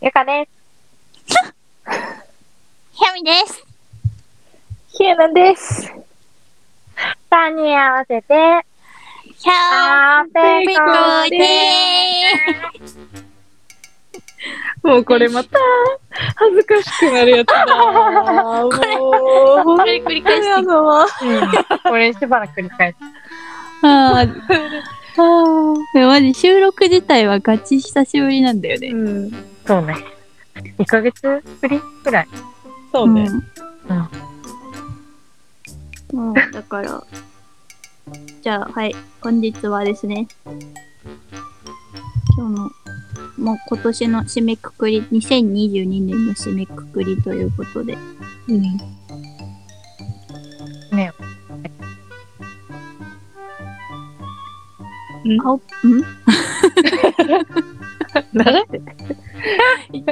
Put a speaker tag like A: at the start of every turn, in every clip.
A: ゆかで
B: ひやみです。
A: す。ひゅなんです。3人合わせて、
B: ひゃ
A: あー
B: ー
A: ぺ
B: み
A: こ
B: こで
A: で
B: ー
C: もうこれまた恥ずかしくなるやつだ。もう
B: これ繰り返していく
C: あ
A: す。これしばらく繰り返す。
B: あーあー。でもマジ収録自体はガチ久しぶりなんだよね。
C: うん、
A: そうね。1ヶ月ぶりくらい。
C: そうね。
B: うん。うん、だから。じゃあ、はい。本日はですね。今日の、もう今年の締めくくり、2022年の締めくくりということで。
C: うん、
B: あお、ん
C: なんて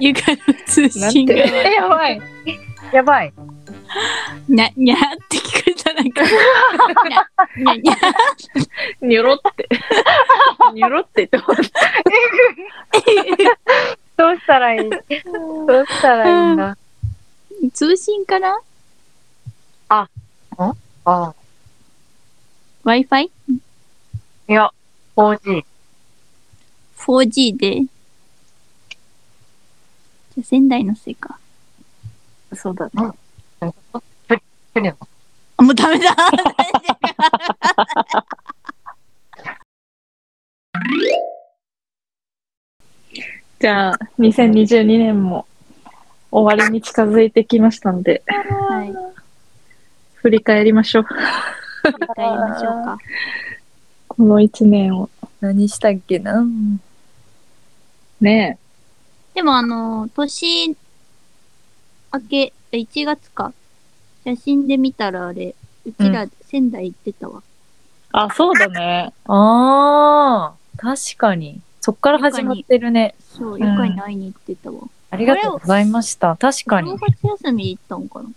B: ゆかの通信が。
A: え、やばい。やばい。
B: にゃ、にゃーって聞こえた、なんか。にゃ、にゃ、にゃ。
C: にょろ って。にょろってって思った。
A: どうしたらいいどうしたらいいんだ。
B: 通信かな
A: あ
B: ?Wi-Fi?4G
A: いや、4G。
B: で。じゃ、仙台のせいか。
C: そうだね。
A: プリの
B: あ、もうダメだ
C: じゃあ、2022年も終わりに近づいてきましたので、
B: はい。
C: 振り返りましょう。
B: 振り返りましょうか。
C: この1年を。
D: 何したっけな
C: ね
B: でも、あのー、年明け、1月か。写真で見たらあれ、うちら仙台行ってたわ。
C: あ、そうだね。
D: あー、確かに。そっから始まってるね。
B: そう、
C: ん
B: ゆかに会いに行ってたわ。
D: ありがとうございました。確かに
B: 正。月休み行ったんかな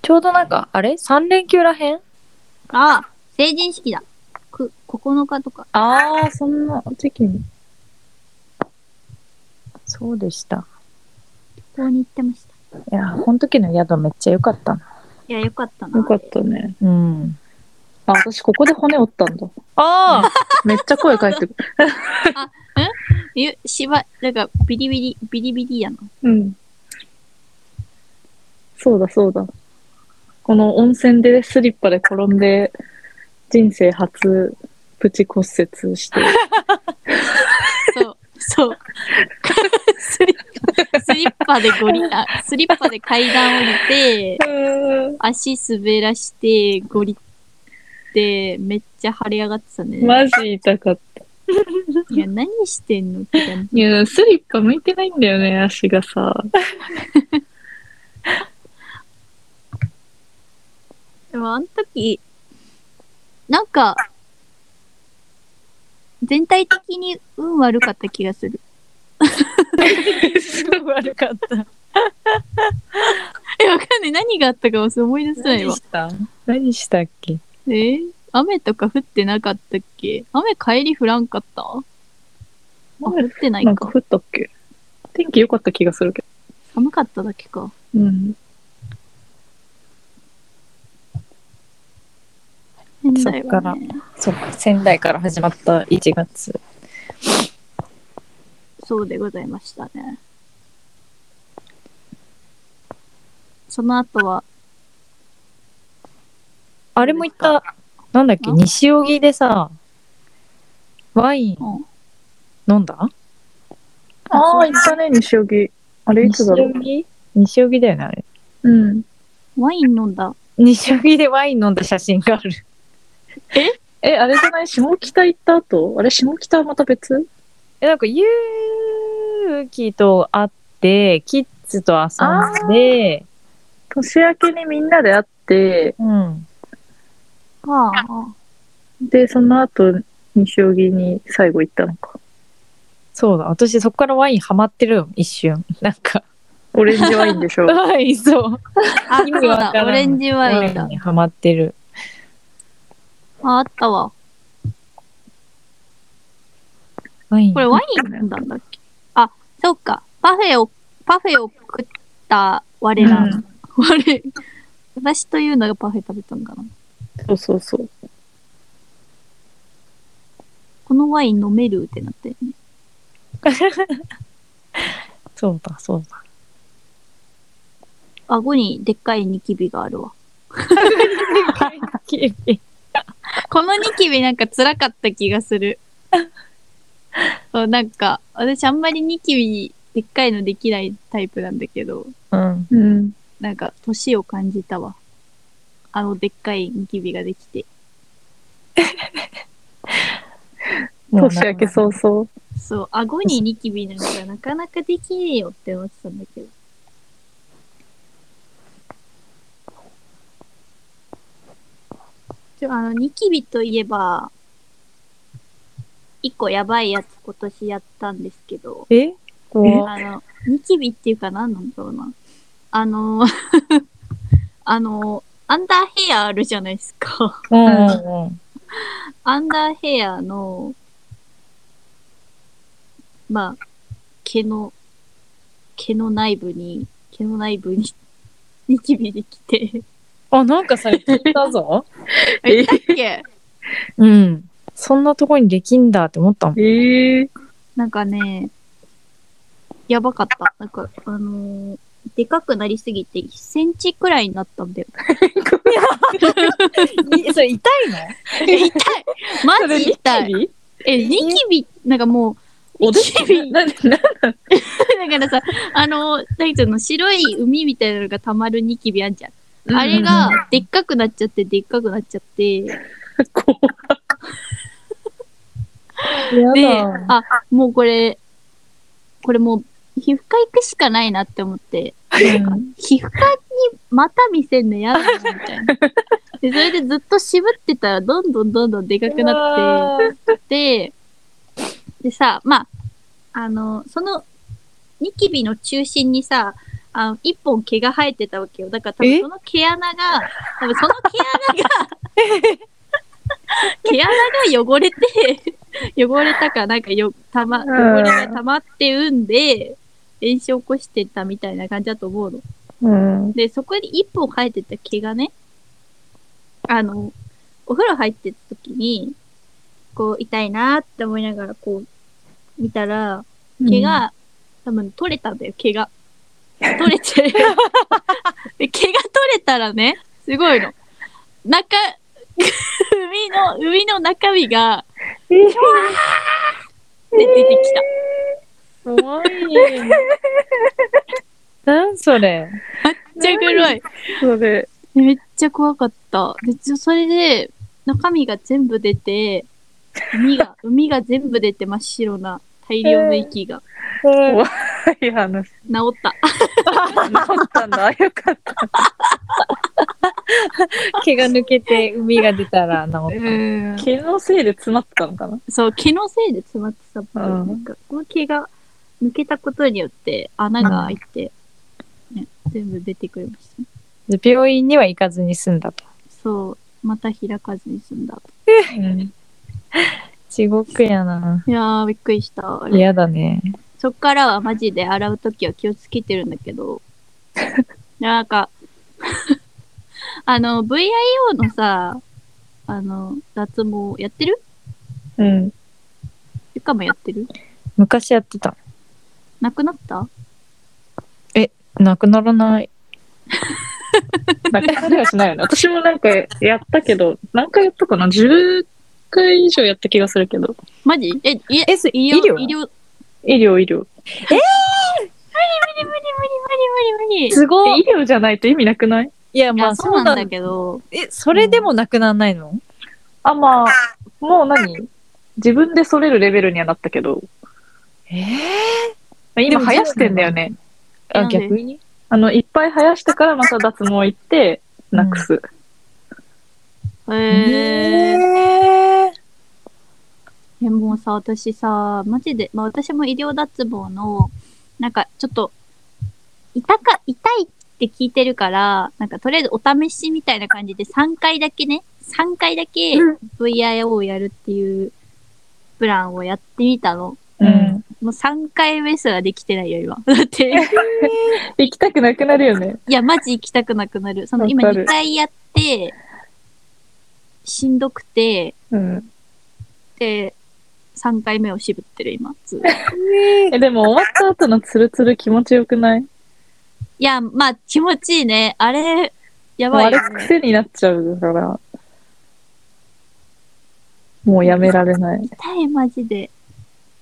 D: ちょうどなんか、あれ ?3 連休らへん
B: ああ、成人式だ。く、9日とか。
D: あー、そんな。
C: 時期に。
D: そうでした。
B: 学校に行ってました。
D: いや、この時の宿めっちゃ良かったな。
B: いや、よかったな。
C: よかったね。
D: うん。
C: あ、私ここで骨折ったんだ。
D: あー
C: めっちゃ声返ってくる。
B: ゆ、しば、なんか、ビリビリ、ビリビリやな。
C: うん。そうだそうだ。この温泉でスリッパで転んで、人生初プチ骨折して。
B: そう、そう。 スリッパ、スリッパでゴリ、あ、スリッパで階段降りて、足滑らして、ゴリって、めっちゃ腫れ上がってたね。
C: マジ痛かった。
B: いや、何してんのって感じ。
C: いや、スリッパ向いてないんだよね、足がさ。
B: でも、あの時、なんか、全体的に運悪かった気がする。
D: すごい悪かった。
B: え、わかんない。何があったかもそう思い出せない
D: 何
B: わ
D: し。た何したっけ
B: えー雨とか降ってなかったっけ雨帰り降らんかったあ、降ってない
C: なん
B: か。
C: か降ったっけ天気良かった気がするけ
B: 寒かっただけか。
C: ど。うん。
B: 変だよ、ね。
D: そっからそっか、仙台から始まった1月。
B: そうでございましたね。その後は、
D: あれも行った、なんだっけ、
B: ん
D: 西荻でさ、ワイン
B: うん
D: 飲んだ
C: ああ、行ったね、西荻。あれいつだろう。
D: 西荻西荻だよね、あれ。
C: うん。
B: ワイン飲んだ。
D: 西荻でワイン飲んだ写真がある。
C: え、あれじゃない下北行った後あれ下北はまた別
D: え、なんか、ゆうきと会って、キッズと遊んで、
C: 年明けにみんなで会って、
D: うん。
B: はあ、あ
C: で、その後、西荻に最後行ったのか。
D: そうだ、私そこからワインハマってるよ、一瞬。なんか、
C: オレンジワインでしょ。
D: ワイン、そう。
B: あ
D: 意
B: そう
D: 味わから
B: だ
D: ん。
B: オレンジワインだ。
D: にハマってる。
B: あ、あったわ。
D: ワイン。
B: これワイン飲んだんだっけあ、そうか。パフェを、パフェを食った我ら、
C: うん
B: 我、私というのがパフェ食べたんかな。
C: そうそうそう。
B: このワイン飲めるってなったよね。
D: そうだ、そうだ。
B: 顎にでっかいニキビがあるわ。
D: キビ。
B: このニキビなんか辛かった気がする。そう、なんか、私あんまりニキビでっかいのできないタイプなんだけど、
D: うん。
C: うん。
B: なんか、年を感じたわ。あのでっかいニキビができて。
C: 年明け早々。
B: そう、顎にニキビなんかなかなかできねえよって思ってたんだけど。ちょあの、ニキビといえば、一個やばいやつ今年やったんですけど、
D: え
C: 怖
B: あの、ニキビっていうか何なんだろうな。あの、 あの、アンダーヘアあるじゃないですか。
D: うんうんうん。
B: アンダーヘアの、まあ、毛の、毛の内部に、毛の内部に、 ニキビできて。
D: あ、なんかさ、聞いたぞ。
B: え、だっけ
D: うん。そんなとこにできんだって思ったもん。
C: ええ
B: なんかね、やばかった。なんか、あのーでかくなりすぎて1センチくらいになったんだよ。
D: それ痛い
B: マ
C: それ
B: ジ
C: ニ
B: 痛
C: キ
B: い。
C: ビ
B: え、ニキビ、なんかもう、
C: おで
B: ニキビ
C: な、な、
B: だからさ、あの、大ちゃんの白い海みたいなのがたまるニキビあんじゃん。あれが、でっかくなっちゃって、でっかくなっちゃって、
C: 怖い。
D: の
B: で、あ、もうこれ、これもう、皮膚科行くしかないなって思って、皮膚科にまた見せんのやだな、みたいな。で、それでずっと渋ってたら、どんどんどんどんでかくなって、で、でさ、まあ、あの、その、ニキビの中心にさ、あの、一本毛が生えてたわけよ。だから多分
D: え
B: その毛穴が、多分その毛穴が、 毛穴が汚れて、汚れたかなんかよ、たま、
C: うん
B: 汚れが溜まって産んで、炎症を起こしてたみたいな感じだと思うの。
C: うん。
B: で、そこに一本生えてた毛がね、あの、お風呂入ってた時に、こう、痛いなーって思いながら、こう、見たら、毛が、多分取れたんだよ、毛が。取れて。で、毛が取れたらね、すごいの。中、 海の、海の中身が、で出てきた。
D: 怖い。なんそれ。
B: めっちゃ黒い。
C: それ。
B: めっちゃ怖かった。で、ちょそれで、中身が全部出て、海が、海が全部出て真っ白な大量の息が
C: 怖い話。
B: 治った。
C: 治ったんだ。よかった。
D: 毛が抜けて海が出たら治っ
B: うん
C: 毛のせいで詰まってたのかな
B: そう、毛のせいで詰まってたっぽい。
C: うん
B: なんか、この毛が抜けたことによって穴が開いて、ね、全部出てくれましたね。
D: た。 で病院には行かずに済んだと。
B: そう、また開かずに済んだ。
D: 地獄やな。
B: いやー、びっくりした。あれ
D: 嫌だね。
B: そっからはマジで洗うときは気をつけてるんだ けど、なんか、 あの、VIO のさ、あの、脱毛やってる
C: うん。
B: ゆかもやってる
D: 昔やってた。
B: なくなった
D: なくならない。
C: なくなりはしないよね。私もなんかやったけど、何回やったかな ?10 回以上やった気がするけど。
B: マジえ、いえ、
D: え、そ医
B: 医療、医
D: 療
B: 療、
C: 医療、医療。
B: 無理無理。
D: すご
C: え
D: い。
C: 医療じゃないと意味なくない
D: いや、
B: い
D: ま
B: や、
D: あ
B: そ
D: そう
B: う
D: な
B: なんん
D: だ
B: だ
D: けど。
B: けど、
D: え、それでもなくならないの
C: あ、まあ、もう何自分で剃れるレベルにはなったけど。
D: え
C: 今生やしてんだよね。
D: ー、
B: な
D: あ、
B: んで
D: 逆に
C: あの、いっぱい生やしてからまた脱毛行って、なくす。
B: えー、
D: え
B: でもうさ、私さ、マジで、まあ私も医療脱毛の、なんかちょっと、痛か、痛いって聞いてるから、なんかとりあえずお試しみたいな感じで3回だけね、3回だけ
C: うん
B: VIO をやるっていうプランをやってみたの。
D: うん。
B: もう3回目すらできてないよ、今。 だって、
C: 行きたくなくなるよね。
B: いや、マジ行きたくなくなる。その、今
C: わかる
B: 2回やって、しんどくて、
C: うん。
B: で、3回目を渋ってる、今。ずっと
C: え、でも終わった後のツルツル気持ちよくない
B: いや、まあ、気持ちいいね。あれ、や
C: もう
B: ば
C: あ
B: い
C: れ
B: よね。
C: 癖になっちゃうから。もうやめられない。
B: 痛い、マジで。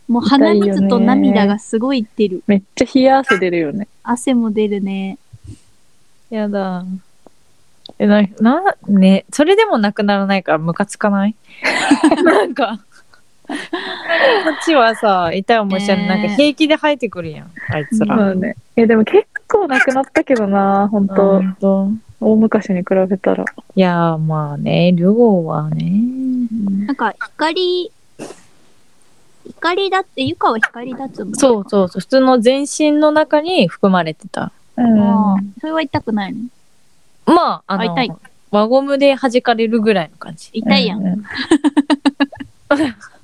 B: もう鼻水と涙がすごい出る。
C: めっちゃ冷や汗出るよね。
B: 汗も出るね。
D: やだ。え、な、な、ね、それでもなくならないからムカつか ないなんか、こっちはさ、痛い思いしたらなんか
B: ね
D: 平気で生えてくるやん、あいつ
B: う
D: ら。
B: ん
C: そうね。え、でも結構なくなったけどな、本当、
D: 本当
C: 大昔に比べたら。
D: いやー、まあね、ルゴーはね。
B: なんか、光、光だって、ゆかは光だと思う。
D: そうそうそう、普通の全身の中に含まれてた。
C: うん。
B: あーそれは痛くないの
D: まあ、あ
B: あ痛い
D: の、輪ゴムで弾かれるぐらいの感じ。
B: 痛いやん。
C: うん。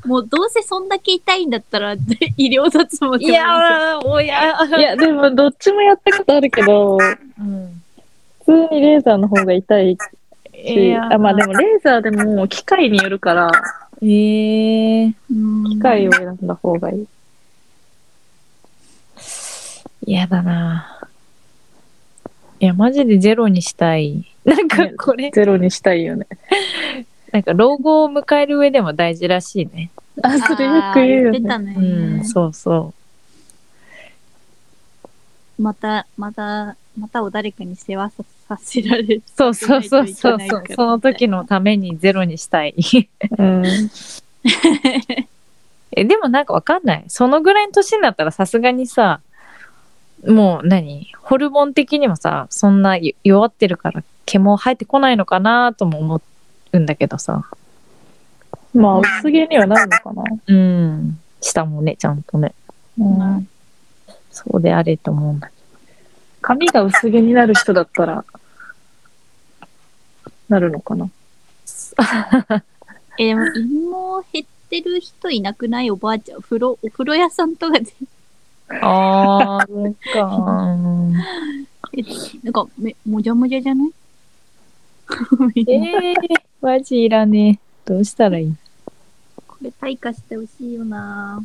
B: もうどうせそんだけ痛いんだったら、 で医療脱毛
D: いやー、おやー。
C: いや、でもどっちもやったことあるけど、
D: うん、
C: 普通にレーザーの方が痛い
D: い
C: し、
D: やー
C: あまあでもレーザーでも機械によるから、
D: えー、
B: 機
C: 機械を選んだ方がいい。
D: 嫌だな。いや、マジでゼロにした い。なんか
C: ね
D: これ、
C: ゼロにしたいよね。
D: なんか老後を迎える上でも大事らしいね。
C: あ、それよく言うよ
B: 出
C: ね。
B: たね、
D: うん、そうそ
B: また、また、またを誰かに世話ささせられる。
D: う。そうそうそうそう
B: 意外といけない
D: そ
B: か
D: う
B: ら。
D: その時のためにゼロにしたい。
C: うん。
D: え、でもなんかわかんない。そのぐらいの年になったらさすがにさ、もう何ホルモン的にもさ、そんなよ弱ってるから毛も生えてこないのかなとも思うんだけどさ。
C: まあ、薄毛にはなるのかな。
D: うん。下もね、ちゃんとね。
C: うん。
D: そうであれと思うんだけ
C: 髪が薄毛になる人だったら、なるのかな。
B: え、でも、陰毛減ってる人いなくないおばあちゃん。お風呂、お風呂屋さんとかで、
D: ど。ああ、そっか。
B: なんか、め、もじゃもじゃじゃない
D: ええマジいらねえ。どうしたらいい
B: これ退化してほしいよな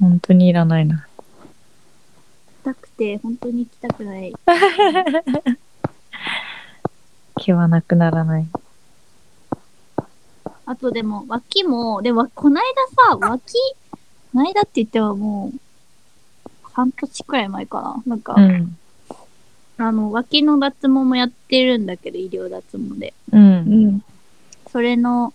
D: 本当にいらないな。
B: 痛くて、本当に行きたくない。
D: 毛はなくならない。
B: あとでも、脇も、でも、こないださ、脇、こないだって言ってはもう、半年くらい前かな。なんか、
D: うん。
B: あの、脇の脱毛もやってるんだけど、医療脱毛で。
D: う。
C: うんん。
B: それの、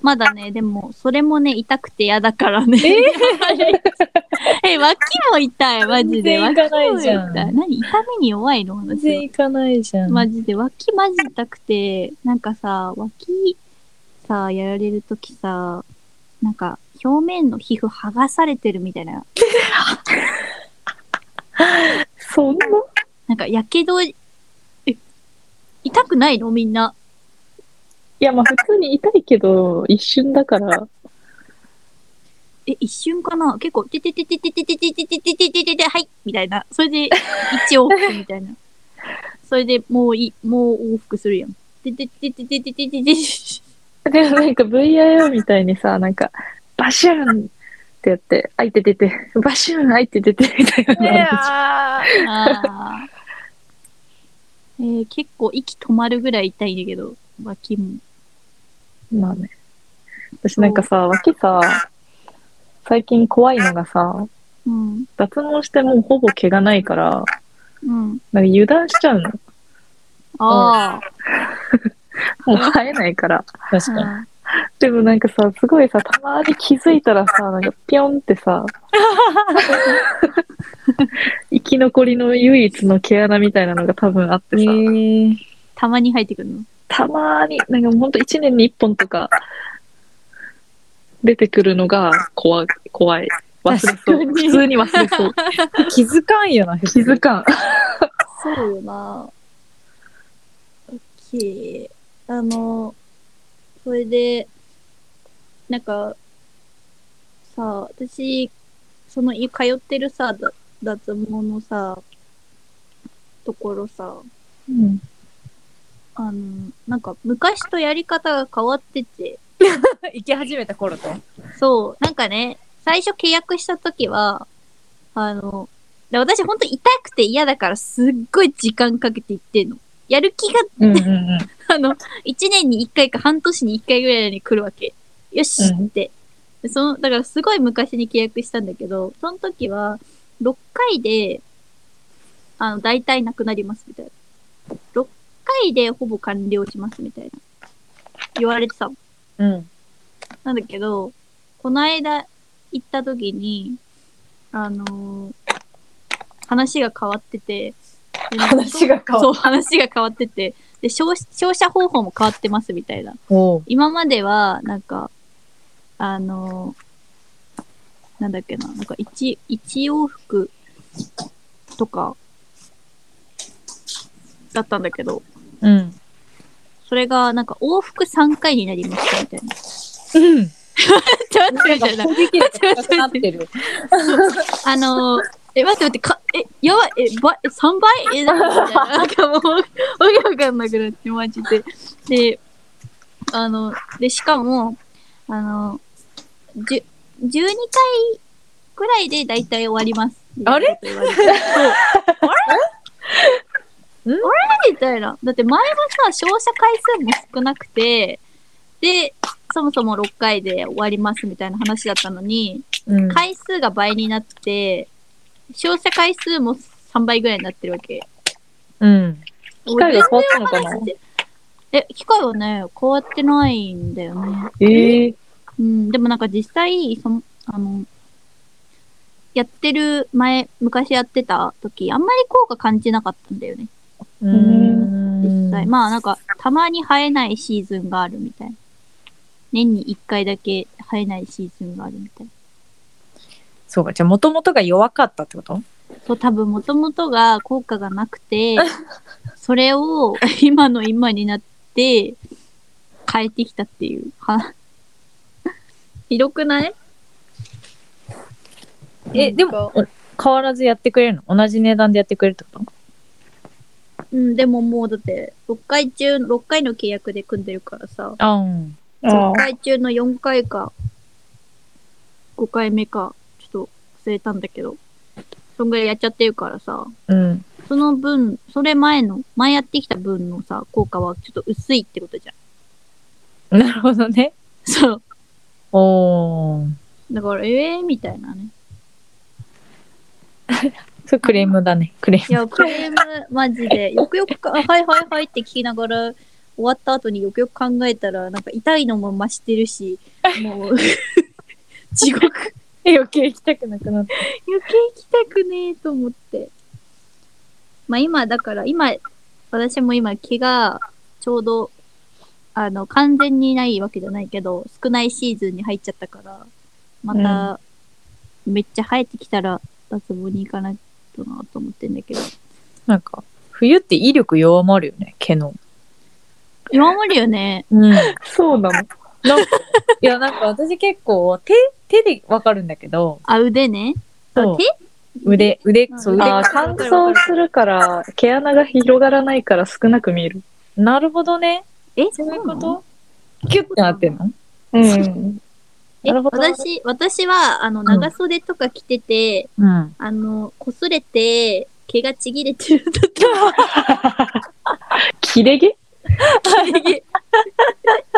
B: まだね、でも、それもね、痛くて嫌だからね。 え脇も痛い、マジで。
D: 全然行か
B: 脇
D: な
B: も
D: いじゃん
B: 痛い。何痛みに弱いの
D: 全
B: 私
D: 然
B: は。
D: いかないじゃん。
B: マジで、脇マジ痛くて、なんかさ、脇さ、やられるときさ、なんか、表面の皮膚剥がされてるみたいな、
C: そんな
B: なんか、やけど、え、痛くないのみんな。
C: いや、まあ普通に痛いけど、一瞬だから、
B: え、一瞬かな結構、ててててててててててててててて、はいみたいな。それで、一往復みたいな。それでもうい、もう往復するやん。ててててててててて。
C: でもなんか VIO みたいにさ、なんか、バシューンってやって、あいててて、バシューンあいててて、みたい
D: いや
C: な。
B: ああ。えー、結構息止まるぐらい痛いんだけど、脇も。
C: まあね。私なんかさ、脇さ、最近怖いのがさ、
B: うん。
C: 脱毛してもうほぼ毛がないから、
B: うん。
C: なんか油断しちゃうの。
B: あ
C: もう生えないから。
D: 確かに。
B: あ。
C: でもなんかさ、すごいさ、たまに気づいたらさ、なんかピョンって さ、生き残りの唯一の毛穴みたいなのが多分あってさ、
D: ええ
B: たまに入ってくるの。
C: たまに、なんかもうほんと1年に1本とか出てくるのが怖い、怖い。忘れそう。
D: 確かに
C: 普通に忘れ そう。
D: 気づかんよな、
C: 気づかん。
B: そうよな。オッケー。あの、それで、なんか、さあ、私、その、い通ってるさ、だ脱毛のさ、ところさ、
C: うん。
B: あの、なんか昔とやり方が変わってて、
D: 行き始めた頃と。
B: そう、なんかね、最初契約した時は、あの、で私ほんと痛くて嫌だからすっごい時間かけて行ってんの。やる気が、
C: うんうんうん。
B: あの、1年に1回か半年に1回ぐらいに来るわけ。よし
C: うん
B: って。でその、だからすごい昔に契約したんだけど、その時は、6回で、あの、大体なくなりますみたいな。6回でほぼ完了しますみたいな。言われてたの
D: うん。
B: なんだけど、この間行った時に、あのー話が変わってて、で
D: 話が変わ
B: そう、話が変わってて、で、照照射方法も変わってますみたいな。
D: おう。
B: 今までは、なんか、あのーなんだっけな、なんか一、一往復とか、だったんだけど、
D: うん。
B: それが、なんか往復3回になりましたみたい な。
D: うん。
B: ちょっと待ってみたいな。
D: 撃
B: 力がなくなって
D: る。
B: あのー、え、待って待って、か、え、やばい、え、ば、え、3倍え、なんか、なんかもう、わけわかんなくなって、マジで。で、あの、で、しかも、あの、じゅ、12回くらいで大体終わります。
D: あれ
B: みたいなこと言われてそうあれ
D: ん
B: あれみたいな。だって前はさ、照射回数も少なくて、で、そもそも6回で終わりますみたいな話だったのに、
D: うん。
B: 回数が倍になって、照射回数も3倍ぐらいになってるわけ。
D: うん。
C: 機械が変わったのかな
B: 俺全然え、機械はね、変わってないんだよね。
C: ええ
B: うん、でもなんか実際、その、あの、やってる前、昔やってた時、あんまり効果感じなかったんだよね、
D: う
B: 実際。
D: ん。
B: まあなんか、たまに生えないシーズンがあるみたいな。年に1回だけ生えないシーズンがあるみたいな。
D: そうか、じゃあ、もともとが弱かったってこと
B: そう、多分もともとが効果がなくて、それを今の今になって変えてきたっていう。はひどくない
D: え、でも、お変わらずやってくれるの同じ値段でやってくれるってこと
B: うん、でももうだって、6回中、6回の契約で組んでるからさ、
D: あうん。
C: あ
B: 6回中の4回か、5回目か、ちょっと忘れたんだけど、そんぐらいやっちゃってるからさ、
D: うん。
B: その分、それ前の、前やってきた分のさ、効果はちょっと薄いってことじゃん。
D: なるほどね。
B: そう。
D: おー。
B: だから、ええみたいなね。
D: それクレームだね。クレー
B: いや、クレーム、マジで。よくよくか、はいはいはいって聞きながら、終わった後によくよく考えたら、なんか痛いのも増してるし、もう、 地獄。
D: ム。余計行きたくなくなった。
B: 余計行きたくねえと思って。まあ今、だから、今、私も今、毛が、ちょうど、あの、完全にないわけじゃないけど、少ないシーズンに入っちゃったから、また、めっちゃ生えてきたら、脱毛に行かないとなと思ってんだけど。
D: なんか、冬って威力弱まるよね、毛の。
B: 弱まるよね。
D: うん。
C: そうなの。
D: なんかいや、なんか私結構手、手でわかるんだけど、
B: あ、腕ね。
D: そう
B: 手
D: 腕、腕、そう、腕
B: あ
C: あ
B: ー
C: あ、
B: 乾
C: 乾
B: 燥
C: 燥
B: す
C: するから、毛穴が広がらないから少なく見える。
D: なるほどね。
B: え、
D: そういうこ
B: なの
D: とキュッてなってんの
C: うん。
B: え
D: なるほど
B: 私、私は、あの、長袖とか着てて、
D: うん。
B: あの、擦れて、毛がちぎれてるんだっ
C: 切れ 毛
B: たら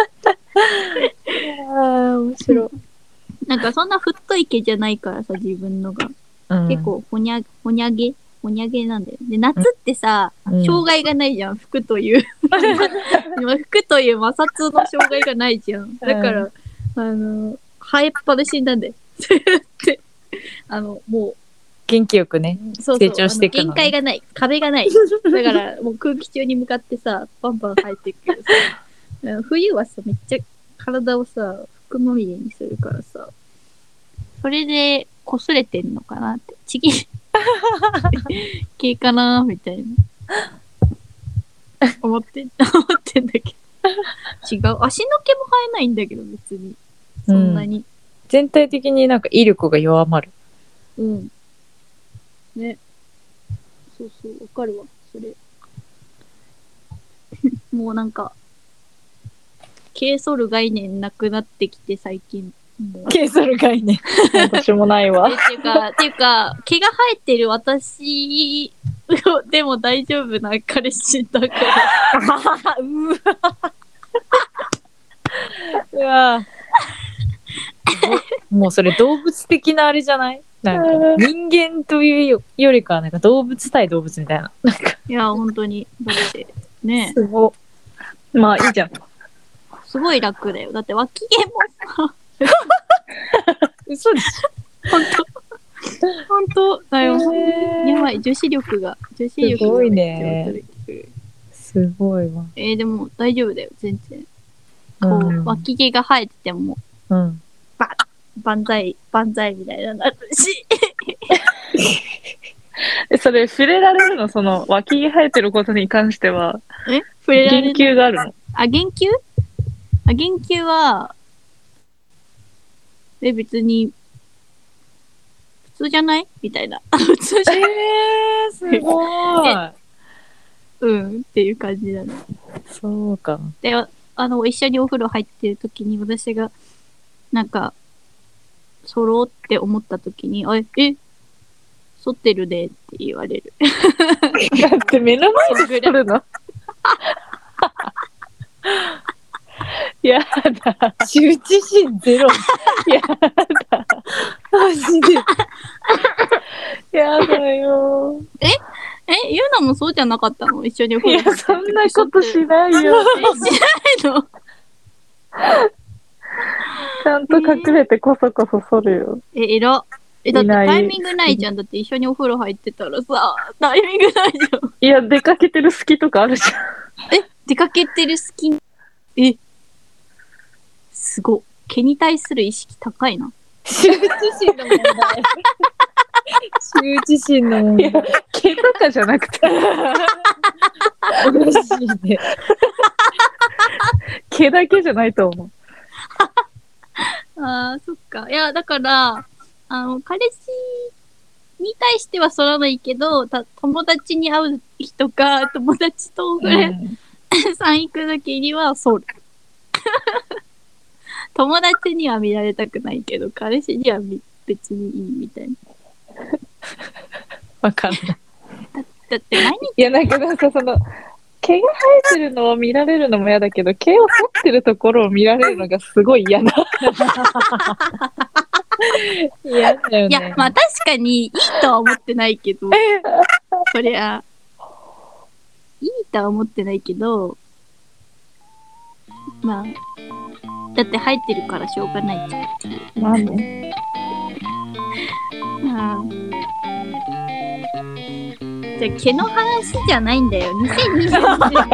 D: ああ、面白い。
B: なんかそんな太い毛じゃないからさ、自分のが。
D: うん、
B: 結構、ほにゃ、ほにゃげほにゃげなんだよ。で、夏ってさ、
D: うん、
B: 障害がないじゃん、服 という。今服という摩擦の障害がないじゃん。だから、あの、生えっぱなしになんで。そうや って、あの、もう、
D: 元気よくね。
B: そうそう
D: 成長していくのね
B: あの限界がない。壁が ない。だから、もう空気中に向かってさ、バンバン入っていく けどさ。あの冬はさ、めっちゃ体をさ、服まみれにするからさ。それで、擦れてんのかなって。ち ぎり、系かなみたいな。思って、思ってんだけど。違う。足の毛も生えないんだけど、別に。そんなに。
D: 全体的になんか威力が弱まる。
B: うん。ね。そうそう、わかるわ、そ れ。もうなんか、軽ソる概念なくなってきて最近。もう
D: ケーソル概念。
C: 私もないわ
B: え。っていう か、っていうか、毛が生えてる私でも大丈夫な彼氏だから。
D: うわ。うわ。 もうそれ動物的なあれじゃないなんか人間というよよりかはなんか動物対動物みたいな。
B: いや、本当に。だって、ね
D: すご
C: まあいいじゃん。
B: すごい楽だよ。だって脇毛も
D: 嘘でし
B: 本当本当だよ。
D: ょ
B: やばい、女子力が、女子力が。
D: すごいね。すごいわ。
B: えー、でも大丈夫だよ、全然。こう、
D: うん
B: 脇毛が生えてても、
D: うん。
B: 万歳、万歳みたいなのあるし。
C: えそれ触れられるのその脇毛生えてることに関しては
B: え触れられ
C: 言
B: る
C: 及があるの
B: あ、言及あ、言及は、え、別に、普通じゃないみたいな。 あ普通じゃ
D: ええー、すごい。
B: うん、っていう感じだね。
D: そうか。
B: で、ああの、一緒にお風呂入ってる時に、私が、なんか、揃おうって思った時に、あ、え、え剃ってるねって言われ る。
D: だって目の前で撮るの。
C: やだ
D: 羞恥心ゼロ。
C: や
D: マジで。
C: やだよ
B: え、ゆうなもそうじゃなかったの一緒にお
C: い
B: 風呂
C: や
B: 入って
C: そんなことしない よ
B: しないの
C: ちゃんと隠れてこそこそ剃るよ
B: え、えら。え、だってい
C: ない
B: タイミングないじゃん。だって一緒にお風呂入ってたらさ、タイミングないじゃん。
C: いや出かけてる隙とかあるじ
B: 出かけてるスキン、え、すご。毛に対する意識高いな。
D: 羞恥心の問題。羞恥心の問
C: ゃんいや
D: 題。
C: 毛とかじゃなくて
D: マジで。
C: 毛だけじゃないと思う
B: ああ、そっか。いや、だから、あの、彼氏に対してはそらないけど、た友達に会う日とか、友達とお風呂さん行く時にはそう。 友達には見られたくないけど、彼氏にはみ別にいいみたいな。
D: わかんない。
B: だって毎日
C: いやなんかなんかその毛が生えてるのを見られるのも嫌だけど毛を剃ってるところを見られるのがすごい嫌だ
D: 嫌だよ
B: いや、まあ確かにいいとは思ってないけど、そりゃ、いいとは思ってないけど、まあ、だって生えてるからしょうがないじゃん。
C: まあね
B: あーじゃあ毛の話じゃないんだよ。2020年。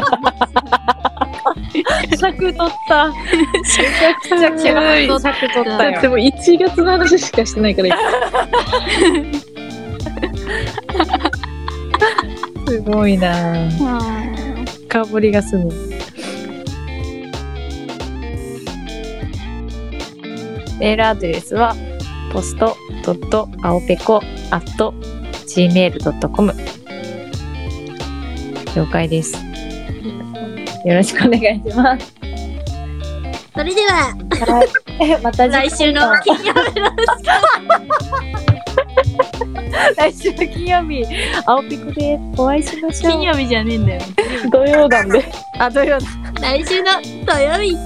D: 尺取 った。めちゃくちゃ毛のいい尺取った
C: だって
D: よ。
C: もう1月の話しかしてないから
D: すごいな。深掘りがすごい。メールアドレスはポストドットアオペコアット gmail ドットコム了解です。よろしくお願いします。
B: それでは、
D: また
B: 来週の金曜日の
D: 来週の金曜日アオペコでお会いしましょう。
B: 金曜日じゃねえんだよ。
C: 土曜なんで
D: あ土曜
B: 来週の土曜日。